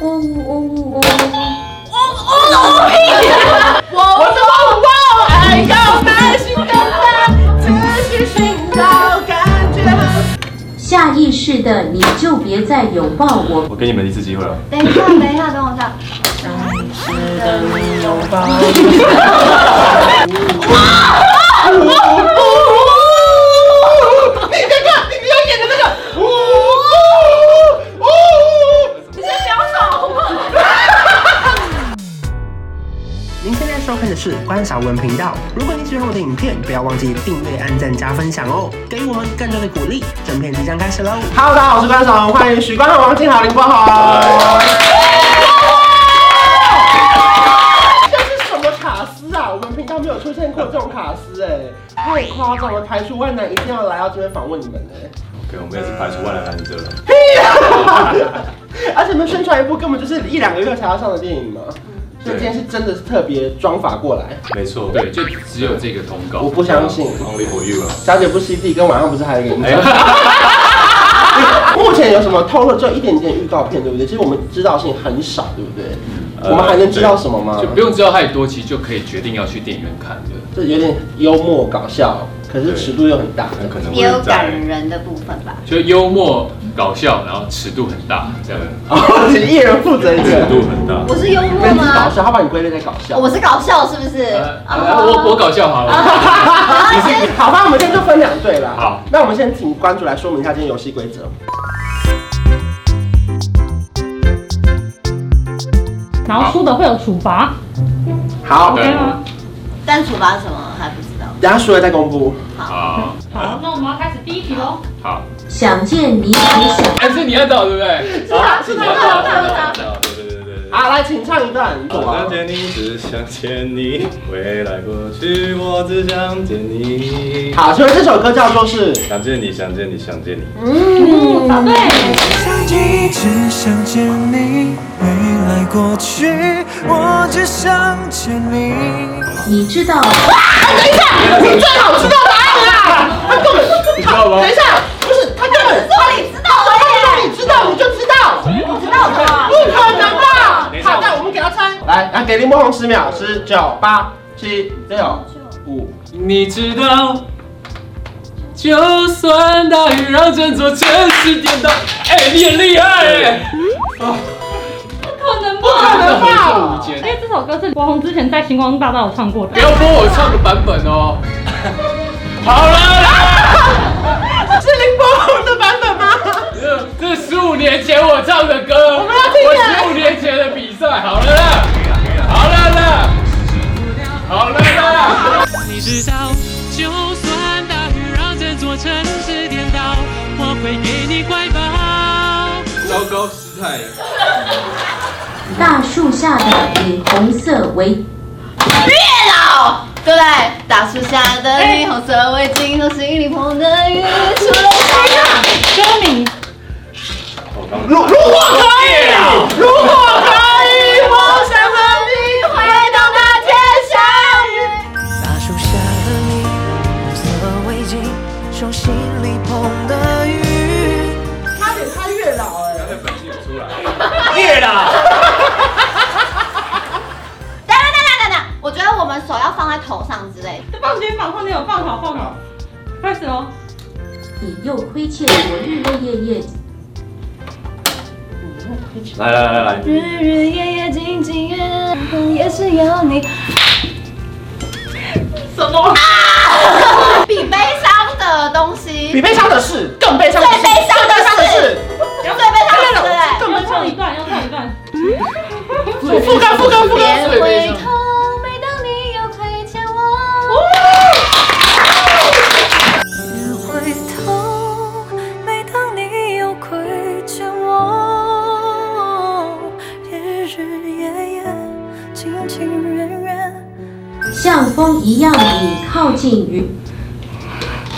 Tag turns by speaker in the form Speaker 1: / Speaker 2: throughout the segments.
Speaker 1: 呜呜呜呜呜，
Speaker 2: 我我我我爱要耐心等待，继续寻找感觉好。
Speaker 1: 下意识的你就别再拥抱我。
Speaker 3: 我给你们一次机会了。
Speaker 4: 等一下，等一下，等我唱。
Speaker 2: 你看看，你你要演的那个，呜呜呜，你先不要吵好不好？
Speaker 5: 您现在收看的是关少文频道。如果你喜欢我的影片，不要忘记订阅、按赞、加分享哦，给予我们更多的鼓励。整片即将开始喽！
Speaker 2: Hello，大家好，我是关少文，欢迎许光汉、王静豪、林柏豪。这是什么卡司啊？我们频道没有出现过这种卡司哎、太夸张了！排除万难，一定要来到这边访问你们哎、
Speaker 3: OK，我们也是排除万难难者了。
Speaker 2: 而且你们宣传一部根本就是一两个月才要上的电影嘛，所以今天是真的是特别装法过来，
Speaker 3: 没错，
Speaker 6: 对，就只有这个通告。
Speaker 2: 我不相信。
Speaker 3: ，Only for you 啊了。
Speaker 2: 小姐不吸地，跟晚上不是还有一个影
Speaker 3: 哎
Speaker 2: 片？ 目前有什么透露？就一点点预告片，对不对？其实我们知道的事情很少，对不对？
Speaker 3: 呃
Speaker 2: 我们还能知道什么吗
Speaker 6: 就？不用知道太多，其实就可以决定要去电影院看的。
Speaker 2: 这有点幽默搞笑，可是尺度又很大。
Speaker 3: 很可能
Speaker 4: 也有
Speaker 3: 会
Speaker 4: 感
Speaker 3: 在
Speaker 4: 人的部分吧。
Speaker 6: 就幽默、搞笑，然后尺度很大，这样。
Speaker 2: 哦， 只一人负责一
Speaker 3: 尺
Speaker 2: 个。
Speaker 3: 度很大。
Speaker 4: 我是幽
Speaker 2: 因
Speaker 4: 默
Speaker 2: 为你是搞
Speaker 4: 吗？
Speaker 2: 笑，他把你归类在搞笑。
Speaker 4: 我是搞笑是不是？
Speaker 6: 呃
Speaker 4: 啊
Speaker 6: 呃我我搞笑好 了。
Speaker 7: 啊
Speaker 2: 你是好吧？我们今天就分两队啦。
Speaker 6: 好，
Speaker 2: 那我们先请关主来说明一下今天游戏规则。
Speaker 7: 然后输的会有处罚
Speaker 2: 好，
Speaker 6: 对
Speaker 7: ，OK 吗？
Speaker 4: 但处罚什么还不知道。
Speaker 2: 等下输了再公布。
Speaker 6: 好，
Speaker 7: 好，那我们要开始第一题喽。
Speaker 6: 好，
Speaker 1: 想见你，只想
Speaker 6: 哎，是你要找对不对？
Speaker 2: 是啊，是
Speaker 6: 你
Speaker 2: 他他
Speaker 6: 要找，
Speaker 2: 他
Speaker 6: 你
Speaker 2: 他
Speaker 6: 要。找。
Speaker 3: 对对对对对。
Speaker 2: 啊，来，请唱一段。啊
Speaker 3: 我想见你，只想见你，未来过去，我只想见你。
Speaker 2: 好，请问这首歌叫做是？
Speaker 3: 想见你，想见你，想见你。
Speaker 7: 嗯，答对。
Speaker 8: 想你，只想见你，未来过去，我只想见你。
Speaker 1: 你知道
Speaker 2: 你最好知道答案啦！他根本
Speaker 3: 你知道吗
Speaker 2: 等一下，不是他根本
Speaker 4: 说你知道了耶，
Speaker 2: 你知道你就知道，
Speaker 4: 你知道
Speaker 2: 不
Speaker 4: 的。
Speaker 2: 可能吧？好，那我们给他猜。来，来给林柏宏十秒，十九八七六五。
Speaker 6: 你知道，就算大雨让整座城市颠倒，哎，你很厉害哎。
Speaker 7: 不可能
Speaker 2: 不可
Speaker 7: 吧？
Speaker 2: 能吧？
Speaker 7: 因为这首歌是国红之前在星光大道有唱过的
Speaker 6: 不。要播我唱的版本哦。 好了啦，
Speaker 2: 是林柏宏的版本吗？
Speaker 6: 这这十五年前我唱的歌，我十五年前的比赛，好了啦，好了啦，好了啦。
Speaker 9: 你知道，就算大雨让整座城市颠倒，我会给你乖宝。
Speaker 6: 糟糕，失态了。
Speaker 1: 大树下的以红色为
Speaker 4: 月老，对不对？大树下的霓虹色围巾和心里捧的雨，除了太
Speaker 7: 歌名
Speaker 2: 如如果可以，如果可以，我想和你回到那天相遇。
Speaker 8: 大树下的你，红色围巾，手心里捧的雨。
Speaker 6: 灭了。
Speaker 4: 阳。等等等等等等，我觉得我们手要放在头上之类的。
Speaker 7: 就放肩膀，放肩膀，放好放好。开始喽。
Speaker 1: 你又亏欠我日日夜夜。
Speaker 3: 来来来来，
Speaker 4: 日日夜夜静静夜，也是有你。
Speaker 7: 什么？
Speaker 4: 比悲伤的东西，
Speaker 2: 比悲伤的事更悲伤的事，
Speaker 4: 最悲伤的
Speaker 2: 更
Speaker 4: 事
Speaker 2: 悲伤的事，
Speaker 4: 最悲伤的对不对？
Speaker 7: 要唱一段，要唱一段。
Speaker 2: 复复更复更复更。
Speaker 4: 别回头，每当你又亏欠我。
Speaker 8: 别
Speaker 10: Oh
Speaker 8: 回头，每当你又亏欠我，日日夜夜，情情人人。
Speaker 1: 像风一样，你靠近于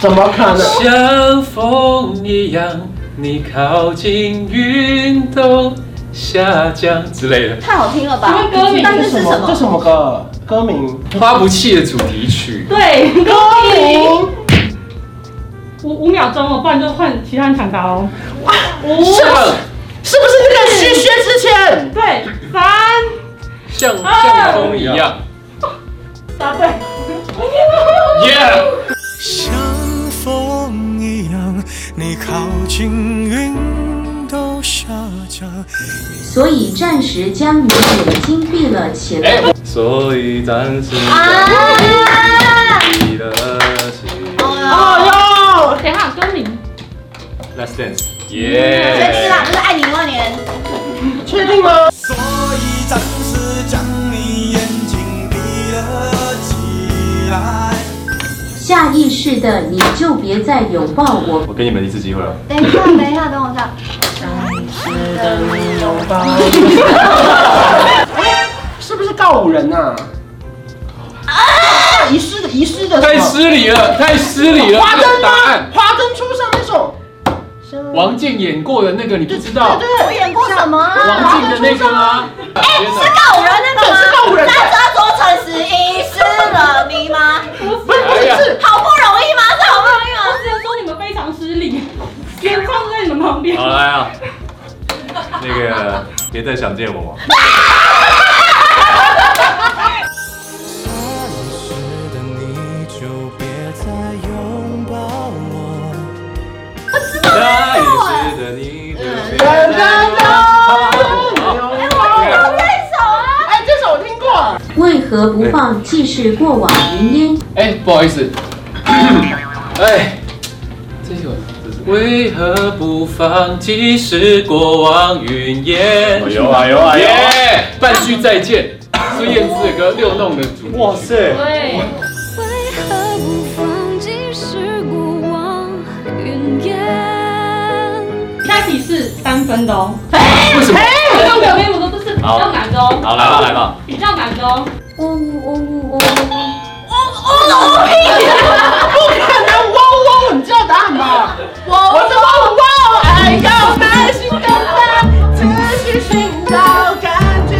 Speaker 2: 怎么可能？
Speaker 6: 像风一样，你靠近云头下降之类的。
Speaker 4: 太好听了吧？
Speaker 7: 请问歌名
Speaker 4: 但是是什
Speaker 2: 这
Speaker 4: 么？
Speaker 2: 什么歌？歌名？
Speaker 6: 花不弃的主题曲，
Speaker 7: 对，歌
Speaker 2: 歌
Speaker 7: 名。
Speaker 2: 名？
Speaker 7: 五五秒钟哦，不然就换其他人抢答哦。
Speaker 2: 是不是那个薛薛之谦？
Speaker 7: 对，
Speaker 3: 风一
Speaker 6: 一
Speaker 3: 样
Speaker 6: 样。
Speaker 7: 答对。哎
Speaker 6: Yeah，
Speaker 8: 像风一样，你靠近云都下降。
Speaker 1: 所以暂时将你眼睛闭了起来。
Speaker 6: 哎，
Speaker 3: 所以暂时
Speaker 4: 啊
Speaker 3: 你的心。
Speaker 2: 哦
Speaker 7: 等一下，歌名
Speaker 3: Let's
Speaker 4: 哦
Speaker 3: dance。
Speaker 4: 真是啦，
Speaker 6: 耶，
Speaker 4: 就是爱你万年。
Speaker 2: 哟，确定吗？
Speaker 8: 所以暂时将你眼睛闭了起来。
Speaker 1: 下意识的你就别再拥抱我，
Speaker 3: 我给你们一次机会了。
Speaker 4: 等一下，等一下，等我一下。
Speaker 2: 是不是告五人呐、啊？遗失的遗失的
Speaker 6: 太失礼了，太失礼了。
Speaker 2: 华
Speaker 6: 这
Speaker 2: 灯
Speaker 6: 个答案
Speaker 2: 吗？，华灯初上那首，
Speaker 6: 王静演过的那个你不知道？
Speaker 4: 我演过什么啊？
Speaker 6: 王静的那个吗？
Speaker 4: 哎，是告五人那个吗？
Speaker 2: 是告五人
Speaker 4: 那抓左诚实遗失了你吗？
Speaker 2: 不是不
Speaker 6: 哎呀
Speaker 2: 是是，
Speaker 4: 好不容易吗？这好不容易吗？
Speaker 7: 只能说你们非常失礼，原唱在你们旁边。
Speaker 3: 好
Speaker 6: 哎
Speaker 3: 来啊，那个别再想见 我。
Speaker 8: 下意识的你就别再拥抱我。
Speaker 3: 下意识的你就别
Speaker 2: 噔
Speaker 3: 再
Speaker 2: 噔噔，
Speaker 4: 我这首啊。
Speaker 2: 哎，这首我听过，
Speaker 1: 为何不放既是过往云烟？
Speaker 6: 哎，不好意思， 哎，这个为何不放弃是过往云烟？
Speaker 3: 有啊有
Speaker 6: 哎
Speaker 3: 啊有啊！
Speaker 6: 耶，半句再见，孙燕姿的歌《六弄》的主题曲
Speaker 3: 哇塞！
Speaker 7: 对，
Speaker 10: 为何不放弃是过往云烟？
Speaker 7: 下一题是三分的哦。
Speaker 6: 为什么？
Speaker 7: 这个表妹我都是比较难的哦，
Speaker 3: 好，来吧来吧，
Speaker 7: 比较难的哦。
Speaker 1: 哦哦哦哦！
Speaker 2: 可能汪汪，你知道答案吧？我我是汪汪，哎爱要耐心等待，仔细寻找感觉。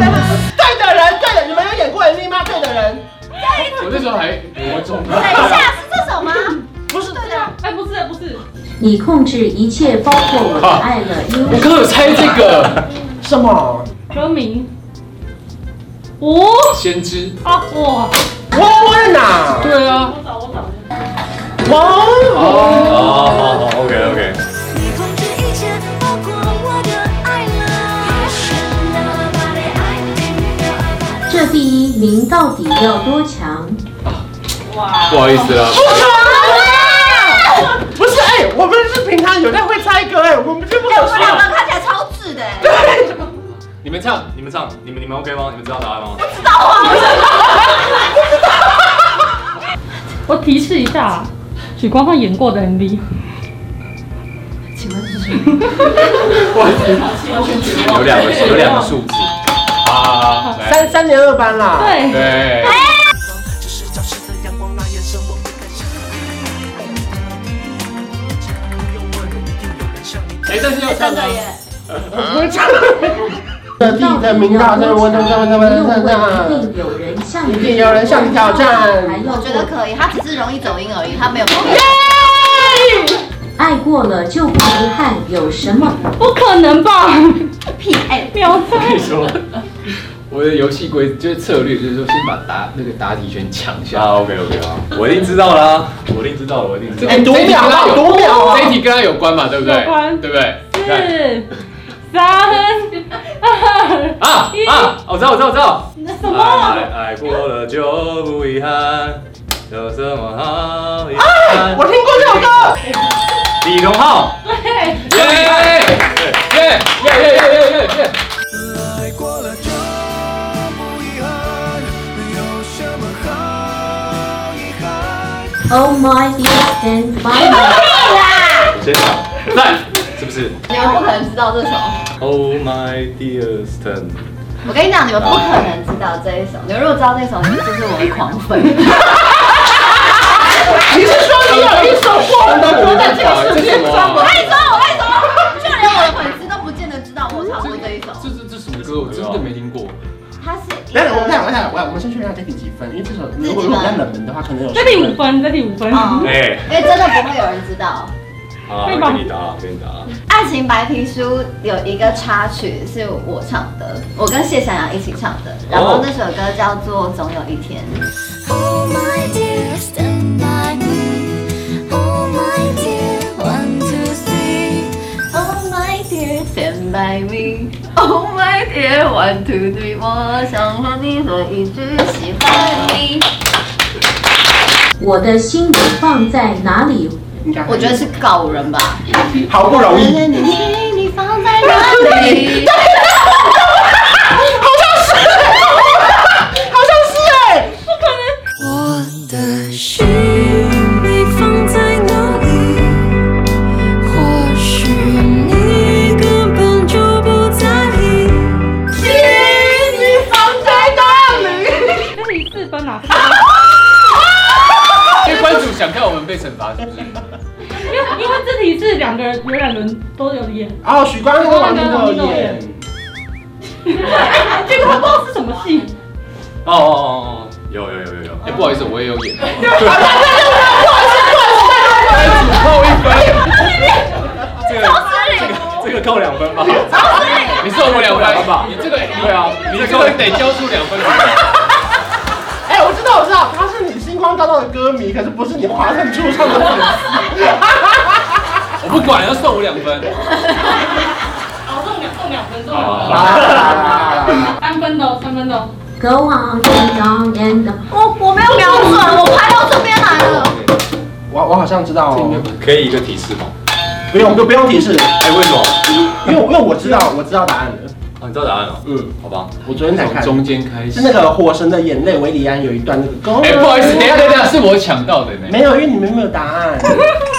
Speaker 2: 对的人，对的，你们有演过 MV 吗？对的人，
Speaker 6: 我那时候还国中。
Speaker 4: 等一下，是这首吗？
Speaker 2: 不是对的。
Speaker 7: 哎，不是不是，
Speaker 1: 你控制一切，包括我的爱了
Speaker 6: 我
Speaker 1: ，you。
Speaker 6: 刚有猜这个
Speaker 2: 什么？
Speaker 7: 歌名。五
Speaker 6: 先知，
Speaker 7: 啊，哇！
Speaker 2: 汪汪在哪？
Speaker 6: 对啊，
Speaker 7: 我找我找。
Speaker 2: 汪汪。
Speaker 3: 哦哦哦，OK OK。
Speaker 10: 你控制一切，包括我的爱了。
Speaker 1: 这第一名到底要多强？
Speaker 6: 不好意思啊啦，
Speaker 2: 不是哎、我们是平常有在会猜歌哎、我们就不
Speaker 4: 哎，
Speaker 2: 能
Speaker 4: 我们两
Speaker 2: 说。
Speaker 4: 个看起来超智的哎。
Speaker 6: 你们唱，
Speaker 3: 你们唱，你们你们 OK 吗？你们知道答案吗？
Speaker 7: 我提示一下，许光汉演过的 MV。
Speaker 3: 有两个有两个数字啊，来
Speaker 2: 三三年二班啦。。
Speaker 7: 对，
Speaker 6: 对，
Speaker 8: 就是潮湿的阳光，那眼神我不敢相信。有我的一定有人像你。
Speaker 6: 哎，但是要唱
Speaker 4: 真
Speaker 6: 啊
Speaker 4: 的，耶。
Speaker 2: 各地的名道在温度上面上上
Speaker 1: 一
Speaker 2: 上。
Speaker 1: 定有人向你
Speaker 2: 一定有人向你挑战
Speaker 1: 还要
Speaker 4: 我觉得可以，他只是容易走音而已，他没有走 音。
Speaker 1: 爱过了就不遗憾，有什么？
Speaker 7: 不可能吧？
Speaker 4: 屁哎，
Speaker 7: 秒猜
Speaker 6: 你。说。我的游戏规就是策略，就是说先把答那个答题权抢下来。
Speaker 3: 啊，OK OK 啊，我一定知道啦，我一定知道，我一定知道
Speaker 2: 哎，。读秒啊，读秒啊
Speaker 6: 这！一题跟他有关嘛，对不对？
Speaker 7: 有关
Speaker 6: 对不对？你看
Speaker 7: 四、三、二、
Speaker 6: 啊啊！我知道，我知道，我知道。
Speaker 7: 什
Speaker 3: 爱
Speaker 7: 么？
Speaker 3: 哎爱爱过了就不遗憾，有什么好遗憾
Speaker 2: 哎我？听过这首歌，
Speaker 3: 李荣 浩，
Speaker 7: 对，
Speaker 6: 耶耶耶耶耶耶耶！
Speaker 8: 爱过了就不遗憾，有什么好遗憾？
Speaker 1: Oh my dear and my，
Speaker 3: 先场
Speaker 6: 赞！
Speaker 3: 是不是
Speaker 4: 你们不可能知道这首。
Speaker 3: ？Oh my dear Stan，
Speaker 4: 我跟你讲，你们不可能知道这一首。你们如果知道这首，你们就是我的狂 粉。
Speaker 2: 你是说你有一首过我的歌在这个世界上
Speaker 6: 哎
Speaker 2: 吗？
Speaker 4: 你说，我跟你说，就连我的粉丝都不见得知道我唱过这一首。
Speaker 6: 这这这什么歌？我真的没听过。
Speaker 4: 它是一
Speaker 2: 等一下，我们看，
Speaker 4: 个
Speaker 2: 我看，我我们先确认一下这题几分，因为这首如果如果比较冷门的话，可能有。
Speaker 7: 这题五。分，这题五分。
Speaker 4: 哦
Speaker 3: 哎，
Speaker 4: 因为真的不会有人知道。
Speaker 3: 啊，
Speaker 7: 对吧
Speaker 3: 给你打，给你打。
Speaker 4: 爱情白皮书有一个插曲是我唱的，我跟谢小阳一起唱的，然
Speaker 2: 哦
Speaker 4: 后那首歌叫做《总有一天》。
Speaker 10: Oh my dear, stand by me. Oh my dear, one, two, three.
Speaker 4: Oh my dear, stand by me. Oh my dear, one two three，我想和你说一句喜欢你。
Speaker 1: 我的心里放在哪里？
Speaker 4: 我觉得是搞人吧。
Speaker 2: 好不容易，
Speaker 4: 你你放在哪里？
Speaker 2: 好像是哎、
Speaker 10: 我的心你放在哪里？或许你根本就不在意。
Speaker 7: 那你四分啊，
Speaker 6: 因为关主哎想看我们被惩罚，是不是？
Speaker 7: 因为因为这题是两个人有两轮都有 演，
Speaker 2: 哦，许光汉跟王力宏演，
Speaker 7: 结果他不知道是什么戏，
Speaker 6: 哦哦哦哦，
Speaker 3: 有有有有有，
Speaker 6: 哎，不好意思，我也有演。关主扣一分，
Speaker 3: 这个这个这个扣两分吧。
Speaker 6: 你送我两
Speaker 3: 两分吧
Speaker 6: 分，你这个对
Speaker 3: 对啊
Speaker 6: 你这个得交出两分来。
Speaker 2: 哎、我知道，我知道，他是你星光大道的歌迷，可是不是你华盛驻唱的粉丝。
Speaker 6: 我不管，要送我两分。
Speaker 7: 好哦中两中两分中
Speaker 6: 好
Speaker 7: 两
Speaker 6: 好好
Speaker 7: 分，三分的哦三分的哦，
Speaker 1: Go on and on and on。
Speaker 4: 我我没有瞄准，我拍到这边来了。
Speaker 2: 我我好像知道哦，
Speaker 3: 可以一个提示吗？
Speaker 2: 不用不不用提示，
Speaker 3: 哎，为什么？
Speaker 2: 因为因为我知道我知道答案了。
Speaker 3: 啊，你知道答案了？
Speaker 2: 嗯，
Speaker 3: 好吧，
Speaker 2: 我昨天才看，
Speaker 6: 中间开
Speaker 2: 是那个《火神的眼泪》维里安有一段那个。哦
Speaker 6: 哎，不好意思，等一下等一下，是我抢到的呢。
Speaker 2: 没有，因为你们没有答案，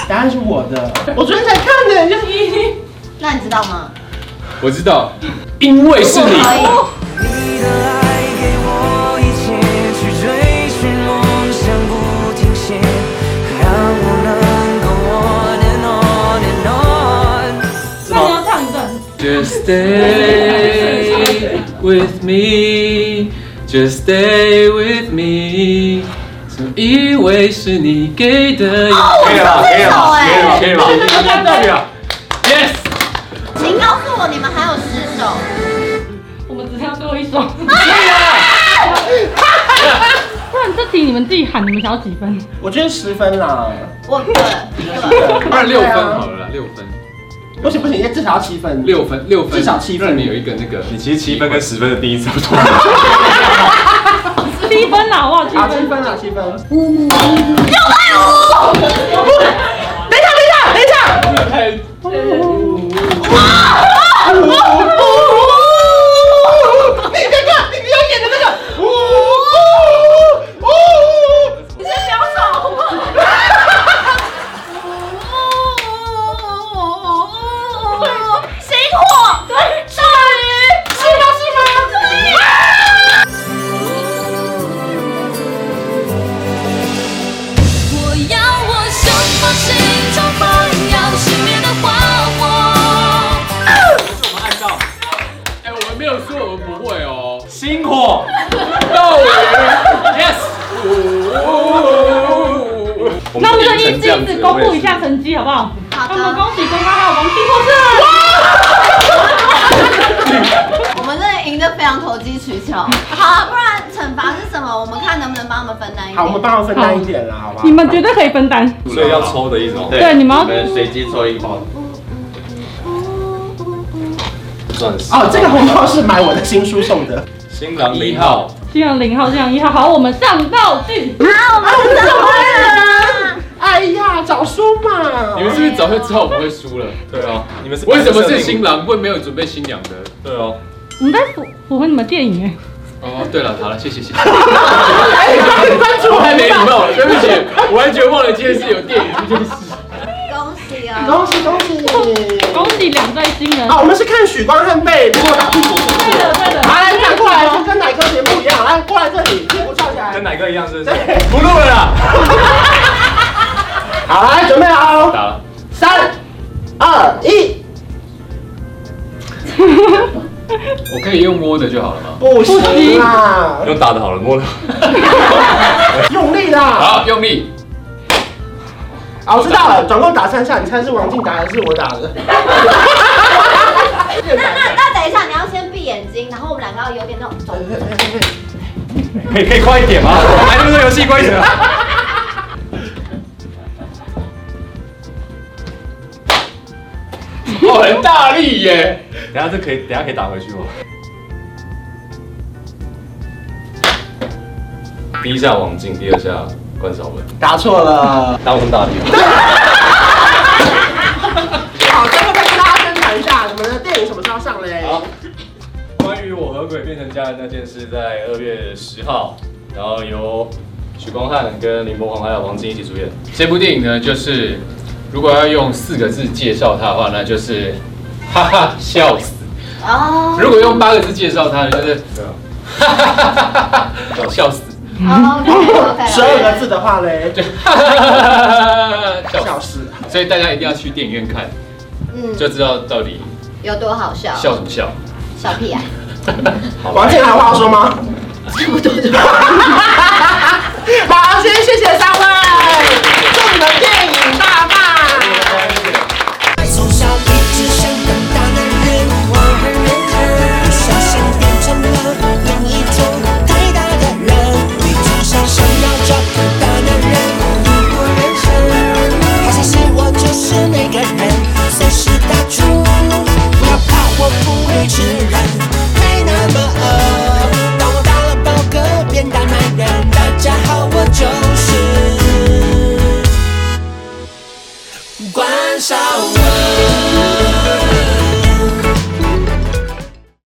Speaker 2: 答案是我的。我昨天才看的，就是
Speaker 4: 那你知道吗？
Speaker 6: 我知道，因为是你。
Speaker 4: 可以。
Speaker 8: 你的爱给我一切，去追寻梦想不停歇，让我能够 on and on and on。
Speaker 7: 那你要唱一段，
Speaker 6: Just stay with me, just stay with me。总以为是你给的眼
Speaker 7: 哎
Speaker 3: 可以了，可以
Speaker 4: 知道哎
Speaker 3: 了，可以了，可以了，
Speaker 6: 对啊，Yes，
Speaker 4: 请告诉我你们还有十首。
Speaker 7: 我们只剩下最后一首，
Speaker 6: 对啊，
Speaker 7: 不然这题你们自己喊，你们想要几分？
Speaker 2: 我觉得十分啦，
Speaker 4: 我对对，
Speaker 6: 不然六分好了啦，六分，
Speaker 2: 不行不行，至少要七分。
Speaker 6: 六分，六分，
Speaker 2: 至少七分
Speaker 6: 让你有一个那个，
Speaker 3: 你其实七分跟十分的第一差不多。
Speaker 7: 七分啦，我好七
Speaker 2: 啊，七
Speaker 7: 分。
Speaker 2: 分啦，七分。哦
Speaker 1: 呜呜呜。
Speaker 6: 太
Speaker 2: 你那个，你要演的那个，呜呜呜呜，
Speaker 4: 你先两首。星火，对，少女，是吗？是吗？
Speaker 10: 我要我胸口心中放耀熄灭的花火。
Speaker 6: 我们按到，哎，我们没有说我们不会哦，
Speaker 3: 星火，
Speaker 6: 到我，Yes，
Speaker 3: 我
Speaker 7: 那我们就
Speaker 3: 变
Speaker 7: 一
Speaker 3: 成这样
Speaker 7: 镜
Speaker 3: 子
Speaker 7: 子公布一下成绩好不好？
Speaker 4: 好的
Speaker 7: 那么恭喜刚刚还有王静获胜。
Speaker 4: 对，我们真的赢得非常投机取巧。好，不然惩罚是什么？我们看能不能帮他们分担一点。
Speaker 2: 好，我们帮忙分担一点啦，好吧？
Speaker 7: 你们绝对可以分担，
Speaker 3: 我也是，所以要抽的一种。
Speaker 7: 对，你们要
Speaker 11: 随机抽一包。
Speaker 3: 钻石
Speaker 2: 哦，这个红包是买我的新书送的。
Speaker 3: 新郎零号，
Speaker 7: 这样零号，这样一号。好，我们上道具。
Speaker 4: 好，啊我们怎么
Speaker 2: 哎呀，早说嘛
Speaker 6: 你！们是不是早就知道我们会输了？
Speaker 3: 对啊，你们是
Speaker 6: 哦为什么是新？郎？会没有准备新娘的？
Speaker 3: 对哦，
Speaker 7: 你在符符合你们电影哎。
Speaker 6: 哦，对了，好了，谢谢谢谢，
Speaker 2: 哎，你关注
Speaker 6: 太没礼貌了，对不起，我完全忘了今天是有电影这件事。
Speaker 4: 恭喜啊！
Speaker 2: 恭喜恭喜！
Speaker 7: 恭喜两对新人。
Speaker 2: 啊，我们是看许光汉被如果打屁股。
Speaker 7: 哦对的，对的。
Speaker 2: 来来，你过来，就跟奶哥节目一样，来过来这里，屁股翘起来
Speaker 3: 跟。哪个一样是不是？
Speaker 2: 对
Speaker 3: 不录了啦，
Speaker 2: 好，来准备好，
Speaker 6: 打了，
Speaker 2: 三、二、一，
Speaker 6: 我可以用摸的就好了吗？
Speaker 2: 不行啦，
Speaker 3: 用打的好了，摸了。
Speaker 2: 用力啦！
Speaker 6: 好，用力。
Speaker 2: 啊哦，我知道了，总共打三下，你猜是王静打还是我打 的？
Speaker 4: 那那那等一下，你要先闭眼睛，然后我们两个要有点那种走。
Speaker 3: 可以可以快一 点吗？哎来，这个游戏规 则。我哦很大力耶！等下这可以，等下可以打回去吗？第一下王静，第二下关少文。
Speaker 2: 答错了，
Speaker 3: 打我很大力吗。
Speaker 2: 好，最后跟大家宣传一下，你们的电影什么时候上嘞？
Speaker 3: 好关于我和鬼变成家人那件事，在二月十号，然后由许光汉跟林柏宏还有王晶一起主演。
Speaker 6: 这部电影呢，就是如果要用四个字介绍它的话，那就是哈哈笑死；
Speaker 4: 哦
Speaker 6: 如果用八个字介绍它，就是
Speaker 3: 对啊
Speaker 6: 哈哈笑死。
Speaker 4: OK，OK，OK
Speaker 2: 十二个字的话嘞，
Speaker 6: 笑
Speaker 2: 死！
Speaker 6: 所以大家一定要去电影院看，
Speaker 4: 嗯，
Speaker 6: 就知道到底
Speaker 4: 有多好笑？
Speaker 6: 笑什么笑。
Speaker 4: 笑屁啊！
Speaker 2: 王静还有话说吗？差不多。 好，先谢谢三位，祝你们电影大卖。
Speaker 8: 从小一直想当大男人，不小心变成了另一种太大的人。你至少想要找个大男人度过人生，好像是我就是那个人，随时打住，不要怕我不会吃人，没那么饿。当我打了饱嗝变大男人，大家好，我就是关少文。